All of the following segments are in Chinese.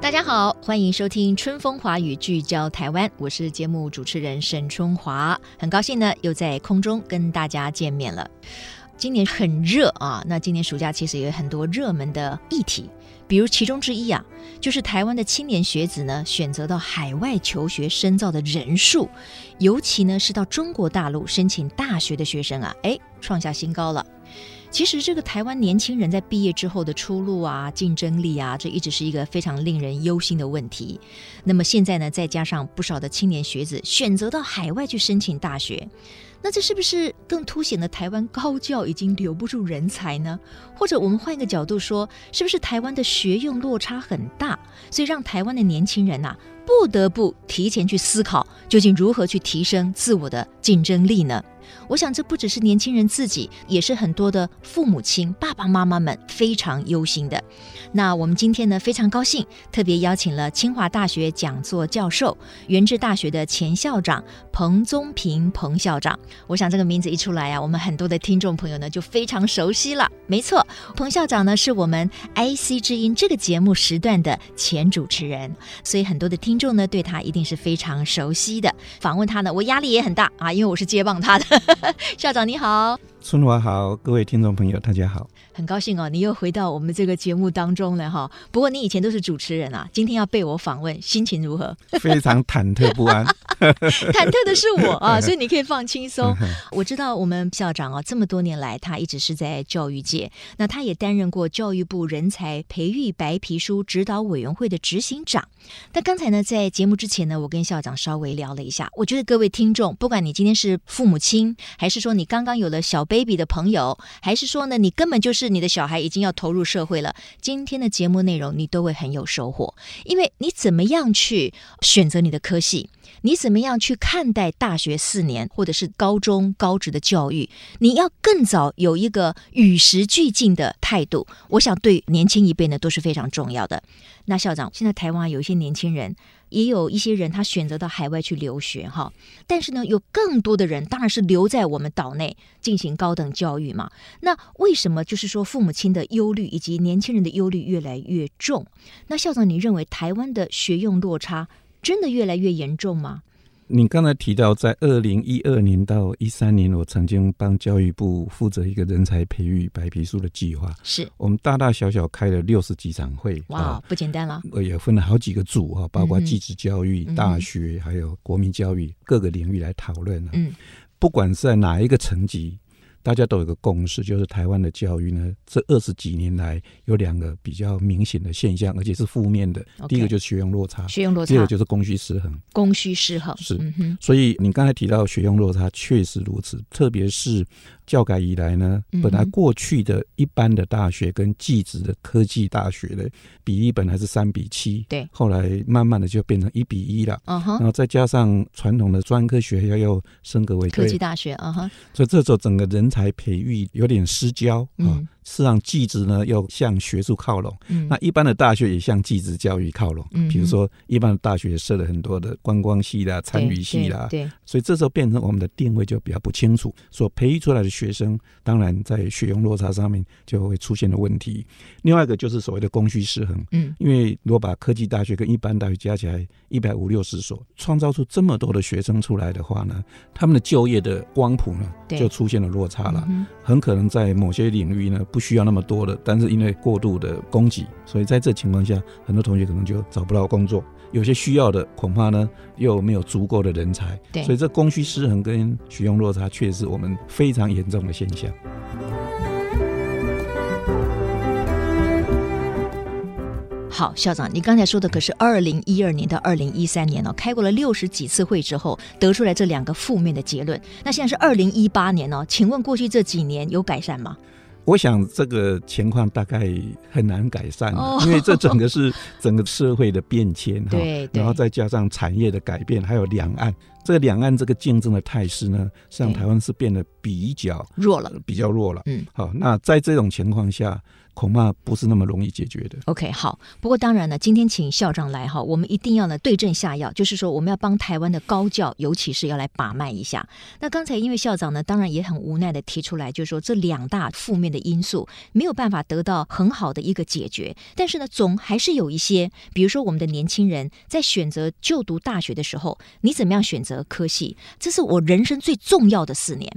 大家好，欢迎收听《春风华语》，聚焦台湾，我是节目主持人沈春华，很高兴呢又在空中跟大家见面了。今年很热啊，那今年暑假其实也有很多热门的议题，比如其中之一啊，就是台湾的青年学子呢选择到海外求学深造的人数，尤其呢是到中国大陆申请大学的学生啊，哎，创下新高了。其实，这个台湾年轻人在毕业之后的出路啊、竞争力啊，这一直是一个非常令人忧心的问题。那么现在呢，再加上不少的青年学子选择到海外去申请大学，那这是不是更凸显了台湾高教已经留不住人才呢？或者我们换一个角度说，是不是台湾的学用落差很大，所以让台湾的年轻人呐、啊，不得不提前去思考，究竟如何去提升自我的竞争力呢？我想，这不只是年轻人自己，也是很多的父母亲、爸爸妈妈们非常忧心的。那我们今天呢，非常高兴，特别邀请了清华大学讲座教授、原治大学的前校长彭宗平彭校长。我想这个名字一出来啊，我们很多的听众朋友呢就非常熟悉了。没错，彭校长呢是我们 IC 之音这个节目时段的前主持人，所以很多的听众呢对他一定是非常熟悉的。访问他呢，我压力也很大啊，因为我是接棒他的。 校长你好，春华好，各位听众朋友大家好。很高兴哦，你又回到我们这个节目当中了哈。不过你以前都是主持人啊，今天要被我访问，心情如何？非常忐忑不安，忐忑的是我啊，所以你可以放轻嗯松。我知道我们校长啊，这么多年来他一直是在教育界，那他也担任过教育部人才培育白皮书指导委员会的执行长。那刚才呢，在节目之前呢，我跟校长稍微聊了一下，我觉得各位听众，不管你今天是父母亲，还是说你刚刚有了小 baby 的朋友，还是说呢，你根本就是。是你的小孩已经要投入社会了，今天的节目内容你都会很有收获，因为你怎么样去选择你的科系，你怎么样去看待大学四年或者是高中高职的教育，你要更早有一个与时俱进的态度，我想对年轻一辈呢都是非常重要的。那校长，现在台湾有一些年轻人。也有一些人他选择到海外去留学哈，但是呢，有更多的人当然是留在我们岛内进行高等教育嘛。那为什么就是说父母亲的忧虑以及年轻人的忧虑越来越重？那校长，你认为台湾的学用落差真的越来越严重吗？你刚才提到，在二零一二年到一三年，我曾经帮教育部负责一个人才培育白皮书的计划，是我们大大小小开了六十几场会，哇，不简单了。我呃也分了好几个组啊，包括技职教育、嗯哼大学，还有国民教育各个领域来讨论啊。嗯，不管是在哪一个层级，大家都有个共识，就是台湾的教育呢，这二十几年来有两个比较明显的现象，而且是负面的。 OK 第一个就是学用落差，学用落第二差个，啊就是供需失衡。供需失衡是嗯哼，所以你刚才提到学用落差确实如此，特别是教改以来呢，本来嗯哼过去的一般的大学跟技职的科技大学的比例本来是三比七，对后来慢慢的就变成一比一了。嗯然哼，后再加上传统的专科学校又升格为科对技大学，嗯哼，所以这时候整个人才培育有点失焦啊、嗯事实上，技职呢要向学术靠拢，嗯，那一般的大学也向技职教育靠拢。嗯哼比如说，一般的大学设了很多的观光系啦、参与系啊啦，对，对对所以这时候变成我们的定位就比较不清楚，所培育出来的学生，当然在学用落差上面就会出现的问题。另外一个就是所谓的供需失衡。嗯，因为如果把科技大学跟一般大学加起来一百五六十所，创造出这么多的学生出来的话呢，他们的就业的光谱呢对就出现了落差了。嗯哼很可能在某些领域呢不需要那么多的，但是因为过度的供给，所以在这情况下，很多同学可能就找不到工作。有些需要的恐怕呢又没有足够的人才，对所以这供需失衡跟使用落差确实是我们非常严重的现象。好，校长，你刚才说的可是二零一二年到二零一三年哦，开过了六十几次会之后，得出来这两个负面的结论。那现在是二零一八年哦，请问过去这几年有改善吗？我想这个情况大概很难改善了、哦因为这 整个是整个社会的变迁哈，对对然后再加上产业的改变，还有两岸这两岸这个竞争的态势呢，实际上对台湾是变得比较弱了。呃比较弱了。嗯，好，那在这种情况下，恐怕不是那么容易解决的。 OK，好。不过当然了，今天请校长来哈，我们一定要呢对症下药，就是说我们要帮台湾的高教，尤其是要来把脉一下。那刚才因为校长呢，当然也很无奈的提出来，就是说这两大负面的因素没有办法得到很好的一个解决，但是呢，总还是有一些，比如说我们的年轻人在选择就读大学的时候，你怎么样选择科系？这是我人生最重要的四年。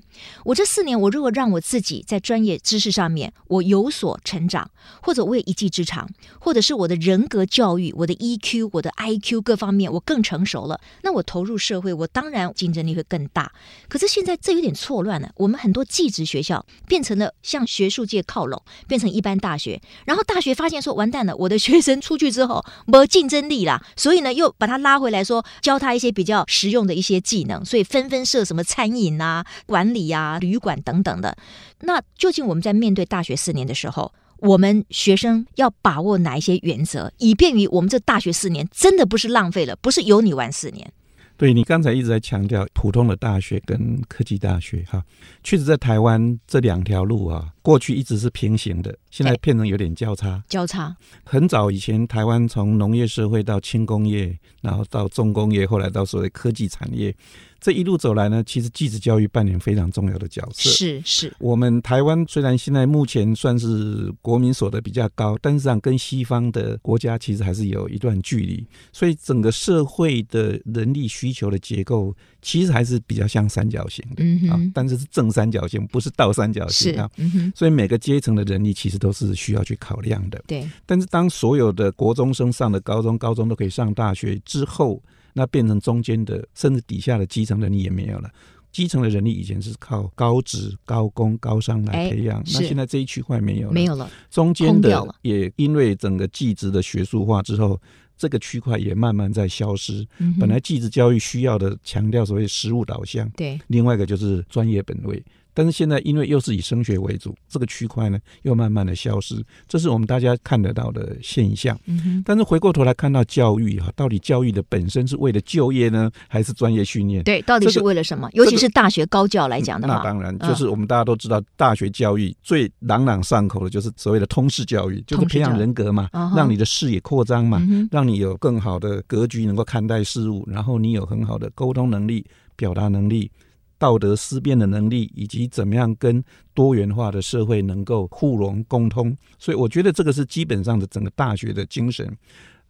我这四年，我如果让我自己在专业知识上面我有所成长，或者我有一技之长，或者是我的人格教育、我的 EQ、我的 IQ 各方面我更成熟了，那我投入社会，我当然竞争力会更大。可是现在这有点错乱了，我们很多技职学校变成了向学术界靠拢，变成一般大学，然后大学发现说完蛋了，我的学生出去之后没竞争力啦，所以呢又把他拉回来说教他一些比较实用的一些技能，所以纷纷设什么餐饮啊、管理啊、旅馆等等的。那究竟我们在面对大学四年的时候，我们学生要把握哪一些原则，以便于我们这大学四年真的不是浪费了，不是有你玩四年。对你刚才一直在强调普通的大学跟科技大学哈，确实在台湾这两条路啊，过去一直是平行的，现在对变成有点交叉。交叉，很早以前，台湾从农业社会到轻工业，然后到重工业，后来到所谓科技产业，这一路走来呢，其实技职教育扮演非常重要的角色。是是，我们台湾虽然现在目前算是国民所得比较高，但是上跟西方的国家其实还是有一段距离，所以整个社会的人力需求的结构其实还是比较像三角形的、嗯啊哼，，但是是正三角形，不是倒三角是形啊，。嗯哼，所以每个阶层的人力其实都是需要去考量的。对，但是当所有的国中生上了高中，高中都可以上大学之后，那变成中间的甚至底下的基层人力也没有了。基层的人力以前是靠高职、高工、高商来哎培养，那是现在这一区块没有了，没有了，中间空掉的了也因为整个技职的学术化之后，这个区块也慢慢在消失。嗯哼本来技职教育需要的强调所谓实务导向，对，另外一个就是专业本位。但是现在因为又是以升学为主，这个区块呢又慢慢的消失，这是我们大家看得到的现象。嗯哼，但是回过头来看到教育哈，到底教育的本身是为了就业呢，还是专业训练？对，到底是这个为了什么？尤其这个是大学高教来讲的那话，当然，嗯就是我们大家都知道，大学教育最朗朗上口的就是所谓的通识教育，就是通识培教育养人格嘛嗯，哼让你的视野扩张嘛嗯，哼，让你有更好的格局，能够看待事物，然后你有很好的沟通能力、表达能力、道德思辨的能力，以及怎么样跟多元化的社会能够互融共通。所以我觉得这个是基本上的整个大学的精神，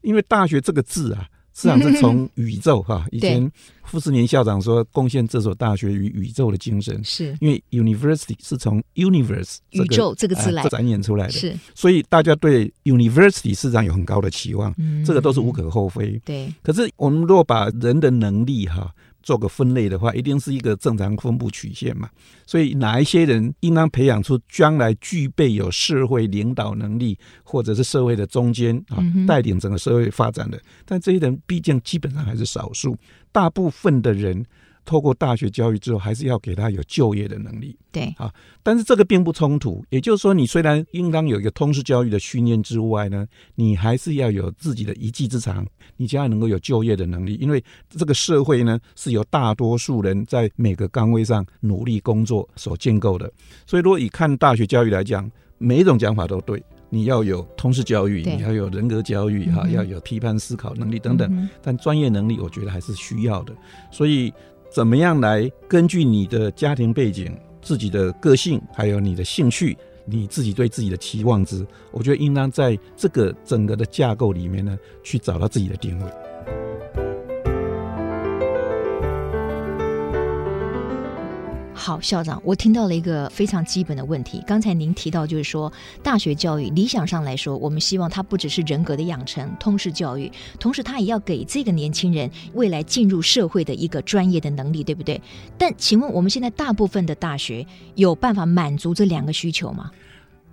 因为大学这个字啊。实际上是从宇宙哈、以前傅斯年校长说贡献这所大学于宇宙的精神，是因为 university 是从 universe 这个宇宙这个字啊来这展演出来的，是，所以大家对 university 市场有很高的期望，嗯这个都是无可厚非。对，可是我们如果把人的能力哈、做个分类的话，一定是一个正常分布曲线嘛。所以哪一些人应当培养出将来具备有社会领导能力，或者是社会的中间啊嗯哼，带领整个社会发展的？但这些人毕竟基本上还是少数，大部分的人透过大学教育之后，还是要给他有就业的能力。对，但是这个并不冲突，也就是说，你虽然应当有一个通识教育的训练之外呢，你还是要有自己的一技之长，你将来能够有就业的能力，因为这个社会呢是由大多数人在每个岗位上努力工作所建构的。所以，如果以看大学教育来讲，每一种讲法都对，你要有通识教育，对你要有人格教育，哈、嗯哼要有批判思考能力等等。嗯哼但专业能力我觉得还是需要的。所以，怎么样来根据你的家庭背景、自己的个性，还有你的兴趣，你自己对自己的期望值，我觉得应当在这个整个的架构里面呢，去找到自己的定位。好，校长，我听到了一个非常基本的问题。刚才您提到，就是说大学教育理想上来说，我们希望它不只是人格的养成、通识教育，同时它也要给这个年轻人未来进入社会的一个专业的能力，对不对？但请问我们现在大部分的大学有办法满足这两个需求吗？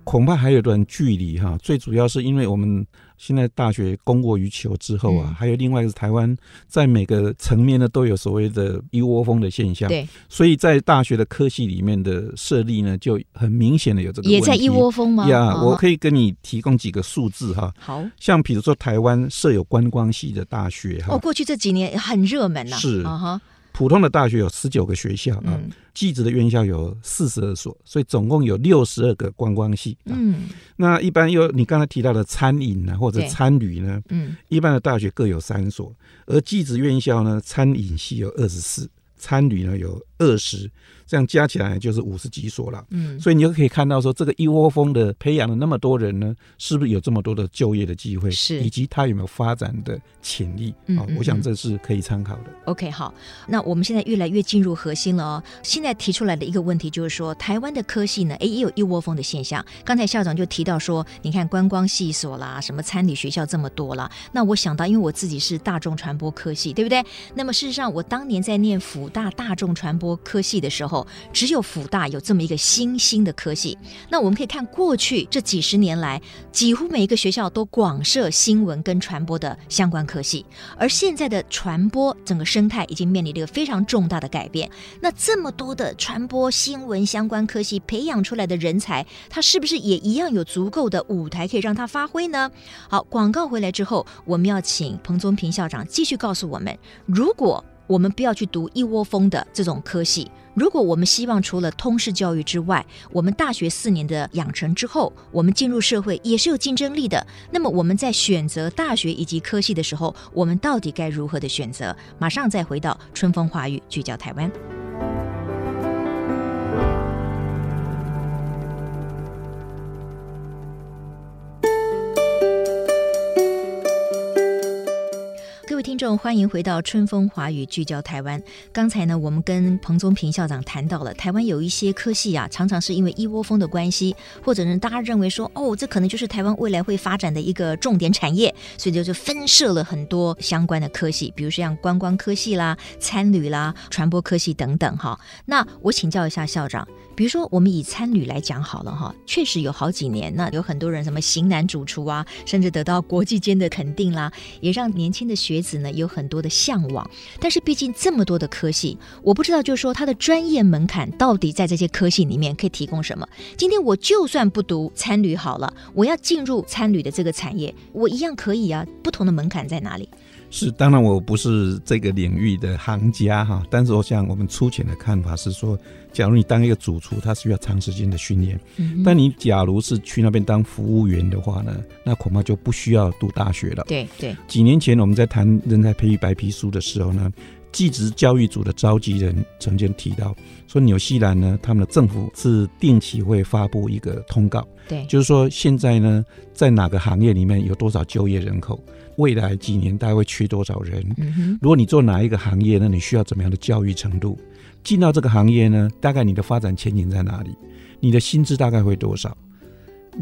恐怕还有段距离哈。最主要是因为我们现在大学供过于求之后啊，嗯还有另外一个是台湾在每个层面呢都有所谓的一窝蜂的现象，对，所以在大学的科系里面的设立呢，就很明显的有这个也在问题一窝蜂吗？呀啊我可以跟你提供几个数字哈，好像比如说台湾设有观光系的大学哈。哦哦，过去这几年很热门呐、是啊哈，普通的大学有十九个学校啊，嗯技职的院校有四十二所，所以总共有六十二个观光系。啊、嗯那一般又你刚才提到的餐饮啊呢，或者对餐旅呢，嗯一般的大学各有三所，而技职院校呢，餐饮系有二十四，餐旅呢有二十，这样加起来就是五十几所了。嗯，所以你就可以看到说，这个一窝蜂的培养了那么多人呢，是不是有这么多的就业的机会，是以及他有没有发展的潜力嗯啊嗯？我想嗯这是可以参考的。 OK，好，那我们现在越来越进入核心了哦。现在提出来的一个问题就是说，台湾的科系呢，诶，也有一窝蜂的现象。刚才校长就提到说，你看观光系所啦，什么餐旅学校这么多啦。那我想到，因为我自己是大众传播科系，对不对？那么事实上，我当年在念辅大大众传播科系的时候，只有辅大有这么一个新兴的科系。那我们可以看过去这几十年来，几乎每一个学校都广设新闻跟传播的相关科系。而现在的传播整个生态已经面临了一个非常重大的改变。那这么多的传播新闻相关科系培养出来的人才，他是不是也一样有足够的舞台可以让他发挥呢？好，广告回来之后，我们要请彭宗平校长继续告诉我们，如果我们不要去读一窝蜂的这种科系。如果我们希望除了通识教育之外，我们大学四年的养成之后，我们进入社会也是有竞争力的。那么我们在选择大学以及科系的时候，我们到底该如何的选择？马上再回到春风华语聚焦台湾。各位听众，欢迎回到春风华语聚焦台湾。刚才呢，我们跟彭宗平校长谈到了，台湾有一些科系啊，常常是因为一窝蜂的关系，或者呢，大家认为说，哦，这可能就是台湾未来会发展的一个重点产业，所以就就分设了很多相关的科系，比如像观光科系啦、餐旅啦、传播科系等等哈。那我请教一下校长，比如说我们以餐旅来讲好了哈，确实有好几年，那有很多人什么型男主厨啊，甚至得到国际间的肯定啦，也让年轻的学子呢有很多的向往。但是毕竟这么多的科系，我不知道就是说它的专业门槛到底在这些科系里面可以提供什么。今天我就算不读餐旅好了，我要进入餐旅的这个产业，我一样可以啊。不同的门槛在哪里？是，当然我不是这个领域的行家哈，但是我想我们粗浅的看法是说，假如你当一个主厨，他需要长时间的训练，嗯但你假如是去那边当服务员的话呢，那恐怕就不需要读大学了。对对，几年前我们在谈人才培育白皮书的时候呢，技职教育组的召集人曾经提到，说纽西兰呢，他们的政府是定期会发布一个通告，对就是说现在呢，在哪个行业里面有多少就业人口，未来几年大概会缺多少人。嗯哼，如果你做哪一个行业呢，你需要怎么样的教育程度？进到这个行业呢，大概你的发展前景在哪里？你的薪资大概会多少？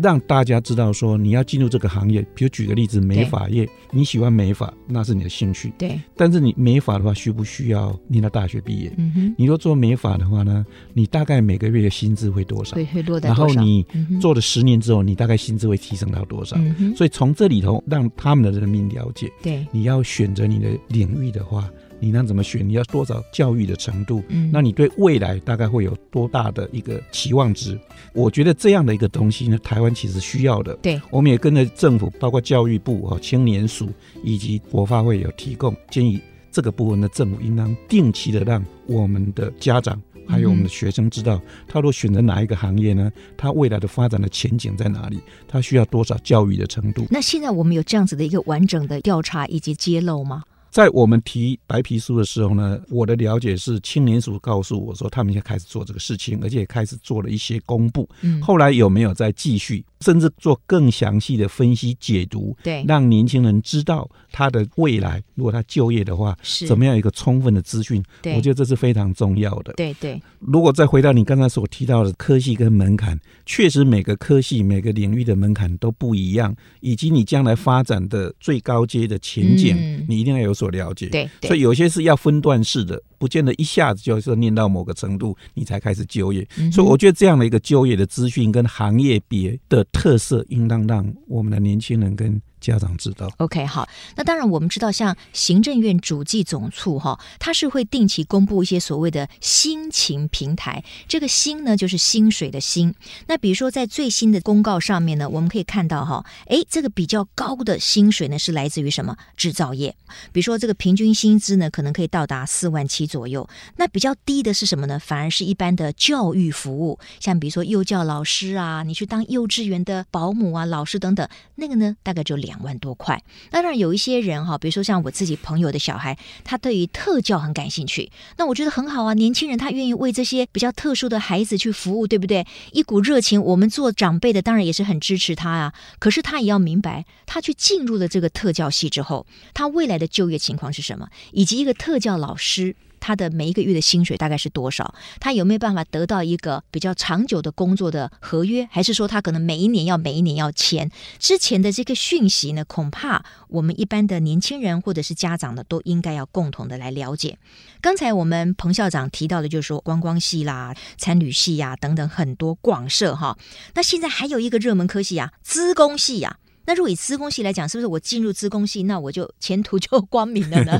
让大家知道说你要进入这个行业，比如举个例子，美发业，你喜欢美发，那是你的兴趣，对，但是你美发的话，需不需要念到大学毕业？嗯哼，你若做美发的话呢，你大概每个月的薪资会多少？会会落在然多后少？你嗯哼做了十年之后，你大概薪资会提升到多少？嗯哼，所以从这里头让他们的人民了解，对，你要选择你的领域的话，你那怎么选？你要多少教育的程度？嗯，那你对未来大概会有多大的一个期望值？我觉得这样的一个东西呢，台湾其实需要的。对，我们也跟着政府，包括教育部哦、青年署以及国发会有提供建议，这个部分呢，政府应当定期的让我们的家长。还有我们的学生知道，他如果选择哪一个行业呢？他未来的发展的前景在哪里？他需要多少教育的程度？那现在我们有这样子的一个完整的调查以及揭露吗？在我们提白皮书的时候呢，我的了解是青年署告诉我说，他们已经开始做这个事情，而且也开始做了一些公布。嗯，后来有没有再继续，甚至做更详细的分析解读，对，让年轻人知道他的未来，如果他就业的话，是怎么样有一个充分的资讯？对我觉得这是非常重要的。对对，如果再回到你刚才所提到的科系跟门槛，确实每个科系、每个领域的门槛都不一样，以及你将来发展的最高阶的前景，嗯你一定要有所了解。对对所以有些是要分段式的，不见得一下子就是念到某个程度你才开始就业。嗯哼所以我觉得这样的一个就业的资讯跟行业别的特色，应当让我们的年轻人跟家长知 道。 OK，好，那当然我们知道，像行政院主计总处哈、它是会定期公布一些所谓的薪情平台。这个薪呢，就是薪水的薪。那比如说在最新的公告上面呢，我们可以看到哈、诶，这个比较高的薪水呢是来自于什么？制造业，比如说这个平均薪资呢，可能可以到达四万七左右。那比较低的是什么呢？反而是一般的教育服务，像比如说幼教老师啊，你去当幼稚园的保姆啊、老师等等，那个呢大概就两万多块。那当然有一些人哈，比如说像我自己朋友的小孩，他对于特教很感兴趣，那我觉得很好啊，年轻人他愿意为这些比较特殊的孩子去服务，对不对？一股热情，我们做长辈的当然也是很支持他啊。可是他也要明白，他去进入了这个特教系之后，他未来的就业情况是什么，以及一个特教老师。他的每一个月的薪水大概是多少？他有没有办法得到一个比较长久的工作的合约？还是说他可能每一年要每一年要签？之前的这个讯息呢，恐怕我们一般的年轻人或者是家长呢，都应该要共同的来了解。刚才我们彭校长提到的，就是说观光系啦、餐旅系呀、等等很多广设哈。那现在还有一个热门科系啊，资工系呀、那如果以资工系来讲，是不是我进入资工系，那我就前途就光明了 呢？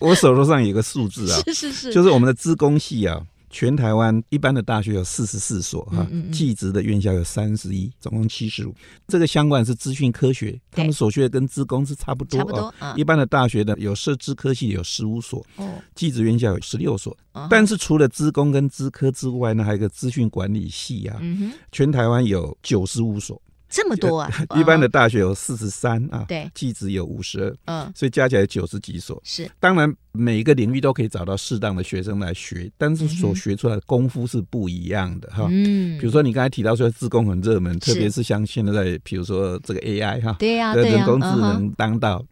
我手头上有个数字啊，是是是，就是我们的资工系啊，全台湾一般的大学有四十四所哈嗯嗯嗯，技职的院校有三十一，总共七十五。这个相关是资讯科学，他们所学的跟资工是差不多差不多啊。啊一。般的大学的有设资科系有十五所，哦，技职院校有十六所。啊但是除了资工跟资科之外呢，还有一个资讯管理系啊，嗯哼，全台湾有九十五所，，这么多啊一般的大学有四十三啊，对技职有五十二， 嗯，嗯，所以加起来九十几所。是当然，每一个领域都可以找到适当的学生来学，但是嗯所哼学出来的功夫是不一样的哈。嗯，比如说，你刚才提到说自工很热门，是特别是像现在，比如说这个 AI 哈，对呀、这对呀、人工智嗯哼能当道。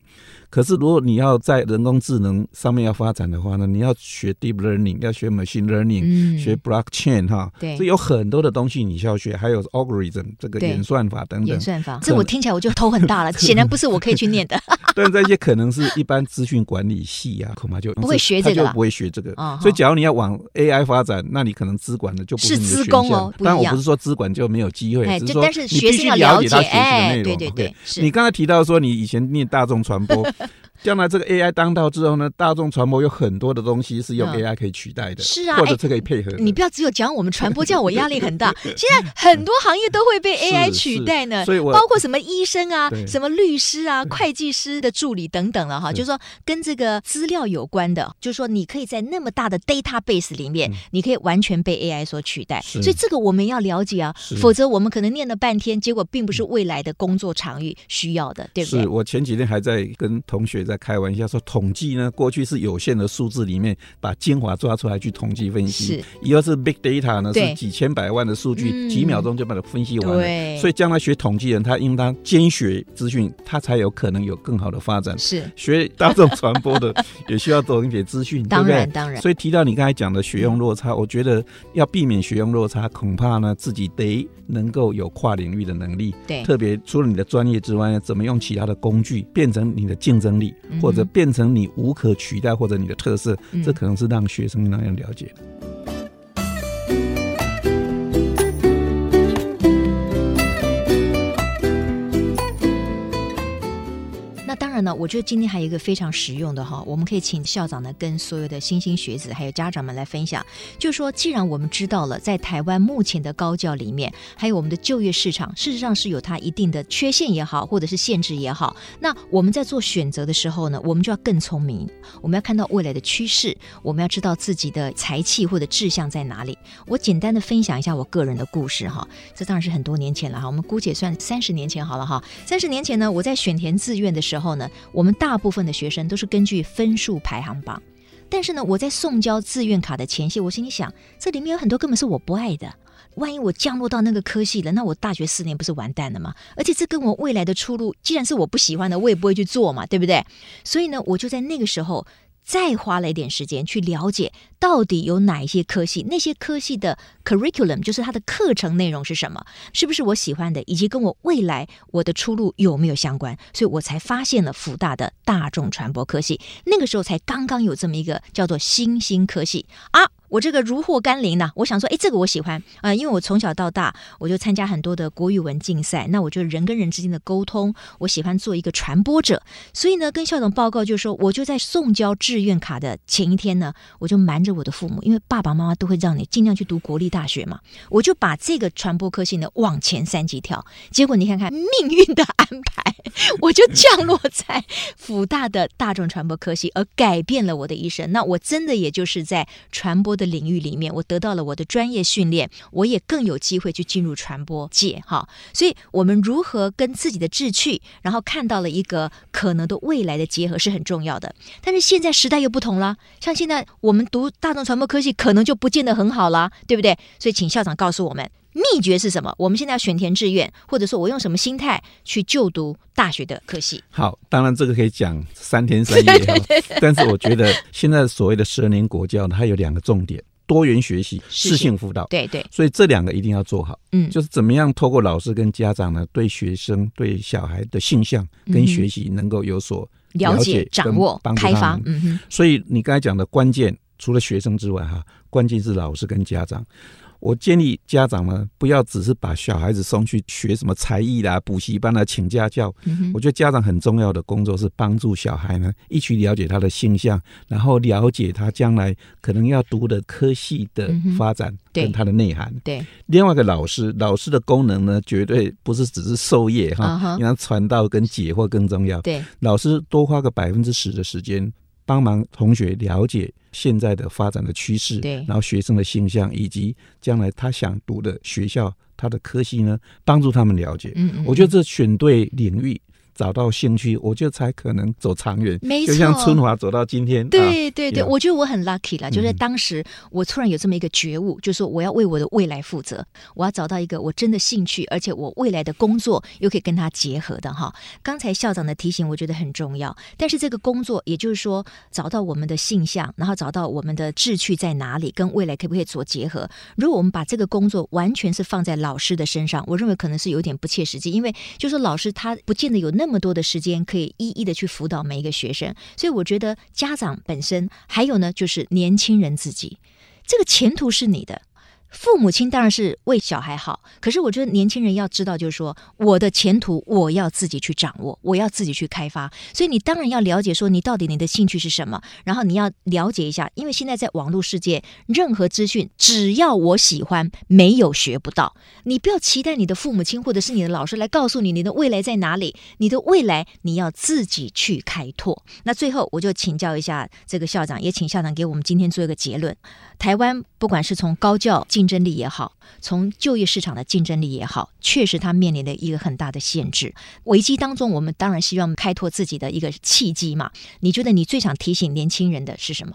可是，如果你要在人工智能上面要发展的话呢，你要学 deep learning，要学 machine learning，、嗯，学 blockchain 哈，对所以有很多的东西你需要学，还有 algorithm 这个对演算法等等演。算法，可这我能听起来我就头很 大了，显然不是我可以去念的。但这些可能是一般资讯管理 系啊，恐怕就不会学这个他啦就不会学这个哦。所以，假如你要往 AI 发展，那你可能资管的就不你是的资选工哦项不。一样但我不是说资管就没有机会哎，只对是说但是你学必生须要了了解他解学习的哎内容。对对对 OK 是你刚才提到说，你以前念大众传 播，将来这个 AI 当道之后呢，大众传播有很多的东西是用嗯 AI 可以取代的，是啊或哎者这可以配合的。你不要只有讲我们传播，叫我压力很 大。现在很多行业都会被 AI 是取代呢，是所以我包括什么医生啊、对什么律师啊、会计师的助理等等了哈，是就是说跟这个资料有关的，就是说你可以在那么大的 database 里面，你可以完全被 AI 所取代。嗯是所以这个我们要了解啊是，否则我们可能念了半天，结果并不是未来的工作场域需要的，对不是对？我前几天还在跟同学在开玩笑说，统计呢过去是有限的数字里面把精华抓出来去统计分析，是以后是 big data 呢对是几千百万的数据，嗯几秒钟就把它分析完了。对，所以将来学统计人，他应当兼学资讯，他才有可能有更好的发展。是学大众传 播的也需要懂一点资讯，对当不对然？当然。所以提到你刚才讲的学用落差，我觉得要避免学用落差，恐怕呢自己得能够有跨领域的能力。对特别除了你的专业之外，怎么用其他的工具变成你的竞争力，嗯哼或者变成你无可取代或者你的特色嗯，这可能是让学生那样了解的。那当然呢，我觉得今天还有一个非常实用的哈，我们可以请校长呢跟所有的新兴学子还有家长们来分享，就是说，既然我们知道了在台湾目前的高教里面，还有我们的就业市场，事实上是有它一定的缺陷也好，或者是限制也好，那我们在做选择的时候呢，我们就要更聪明，我们要看到未来的趋势，我们要知道自己的才气或者志向在哪里。我简单的分享一下我个人的故事哈，这当然是很多年前了哈，我们姑且算三十年前好了哈。三十年前呢，我在选填志愿的时候呢，我们大部分的学生都是根据分数排行榜。但是呢，我在送交志愿卡的前夕，我心里想，这里面有很多根本是我不爱的。万一我降落到那个科系了，那我大学四年不是完蛋了吗？而且这跟我未来的出路，既然是我不喜欢的，我也不会去做嘛，对不对？所以呢，我就在那个时候再花了一点时间去了解到底有哪一些科系，那些科系的 curriculum 就是它的课程内容是什么，是不是我喜欢的，以及跟我未来我的出路有没有相关，所以我才发现了福大的大众传播科系，那个时候才刚刚有这么一个叫做新兴科系啊。我这个如获甘霖呢、我想说，哎，这个我喜欢啊、呃因为我从小到大我就参加很多的国语文竞赛，那我觉得人跟人之间的沟通，我喜欢做一个传播者，所以呢，跟校长报告就是说，我就在送交志愿卡的前一天呢，我就瞒着我的父母，因为爸爸妈妈都会让你尽量去读国立大学嘛，我就把这个传播科系呢往前三级跳，结果你看看命运的安排， 我就降落在辅大的大众传播科系，而改变了我的一生。那我真的也就是在传播的领域里面，我得到了我的专业训练，我也更有机会去进入传播界哈。所以，我们如何跟自己的志趣，然后看到了一个可能的未来的结合是很重要的。但是现在时代又不同了，像现在我们读大众传播科系，可能就不见得很好啦，对不对？所以，请校长告诉我们。秘诀是什么？我们现在要选填志愿，或者说我用什么心态去就读大学的科系？好，当然这个可以讲三 天三夜哈，但是我觉得现在所谓的十二年国教，它有两个重点：多元学习、是适性辅导。对对，所以这两个一定要做好，嗯就是怎么样透过老师跟家长呢，对学生、对小孩的性向嗯哼跟学习能够有所了解解、跟掌握帮、助开他发们，嗯哼，所以你刚才讲的关键，除了学生之外，哈，关键是老师跟家长。我建议家长呢，不要只是把小孩子送去学什么才艺啦、补习班啦、请家教。嗯哼我觉得家长很重要的工作是帮助小孩呢，一起了解他的性向，然后了解他将来可能要读的科系的嗯哼发展对跟他的内涵。对，另外一个老师，老师的功能呢，绝对不是只是授业啊哈哈，你看传道跟解惑更重要。对，老师多花个百分之十的时间，帮忙同学了解现在的发展的趋势，对然后学生的性向以及将来他想读的学校、他的科系呢，帮助他们了解。嗯嗯，我觉得这选对领域，找到兴趣，我觉得才可能走长远。没就像错春华走到今天，啊、对对对， Yeah 我觉得我很 lucky 啦，就是嗯当时我突然有这么一个觉悟，就是说我要为我的未来负责，我要找到一个我真的兴趣，而且我未来的工作又可以跟它结合的哈。刚才校长的提醒我觉得很重要，但是这个工作，也就是说找到我们的性向，然后找到我们的志趣在哪里，跟未来可不可以做结合。如果我们把这个工作完全是放在老师的身上，我认为可能是有点不切实际，因为就是老师他不见得有那么多的时间可以一一的去辅导每一个学生，所以我觉得家长本身，还有呢就是年轻人自己，这个前途是你的。父母亲当然是为小孩好，可是我觉得年轻人要知道，就是说我的前途我要自己去掌握，我要自己去开发。所以你当然要了解说你到底你的兴趣是什么，然后你要了解一下，因为现在在网络世界，任何资讯只要我喜欢，没有学不到。你不要期待你的父母亲或者是你的老师来告诉你你的未来在哪里，你的未来你要自己去开拓。那最后我就请教一下这个校长，也请校长给我们今天做一个结论。台湾不管是从高教竞争力也好，从就业市场的竞争力也好，确实它面临的一个很大的限制。危机当中，我们当然希望开拓自己的一个契机嘛。你觉得你最想提醒年轻人的是什么？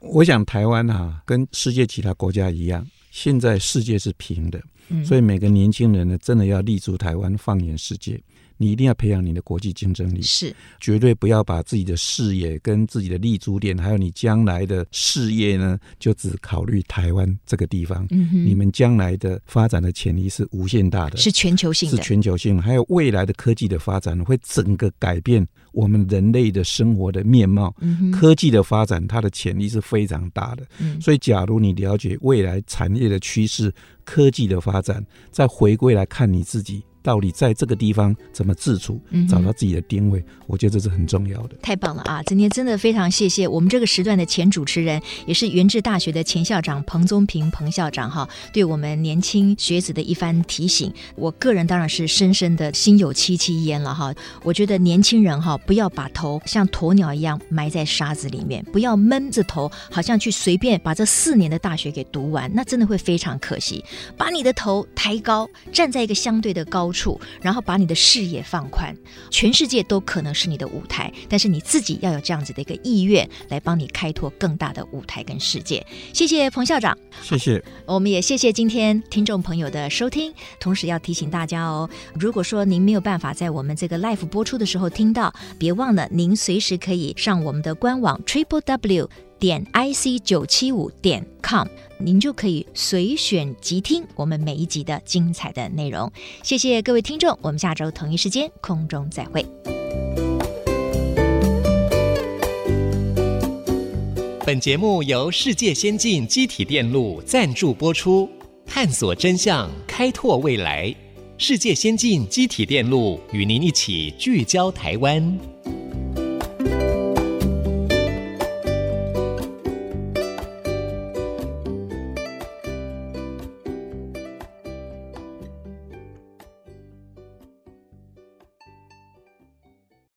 我想台湾啊，跟世界其他国家一样，现在世界是平的，嗯所以每个年轻人呢，真的要立足台湾，放眼世界。你一定要培养你的国际竞争力，是绝对不要把自己的视野跟自己的立足点，还有你将来的事业呢，就只考虑台湾这个地方。嗯哼你们将来的发展的潜力是无限大的，是全球性是的，全球性的，还有未来的科技的发展会整个改变我们人类的生活的面貌。嗯哼，科技的发展，它的潜力是非常大的。嗯所以，假如你了解未来产业的趋势、科技的发展，再回归来看你自己到底在这个地方怎么自处嗯哼，找到自己的定位，我觉得这是很重要的。太棒了啊！今天真的非常谢谢我们这个时段的前主持人，也是原治大学的前校长彭宗平彭校长哈，对我们年轻学子的一番提醒。我个人当然是深深的心有戚戚焉了哈。我觉得年轻人哈，不要把头像鸵鸟一样埋在沙子里面，不要闷着头，好像去随便把这四年的大学给读完，那真的会非常可惜。把你的头抬高，站在一个相对的高处，然后把你的视野放宽，全世界都可能是你的舞台，但是你自己要有这样子的一个意愿，来帮你开拓更大的舞台跟世界。谢谢彭校长，谢谢。我们也谢谢今天听众朋友的收听，同时要提醒大家哦，如果说您没有办法在我们这个 live 播出的时候听到，别忘了您随时可以上我们的官网 triple w 点 i c 九七五点 com，您就可以随选即听我们每一集的精彩的内容。谢谢各位听众，我们下周同一时间空中再会。本节目由世界先进机体电路赞助播出，探索真相，开拓未来。世界先进机体电路与您一起聚焦台湾。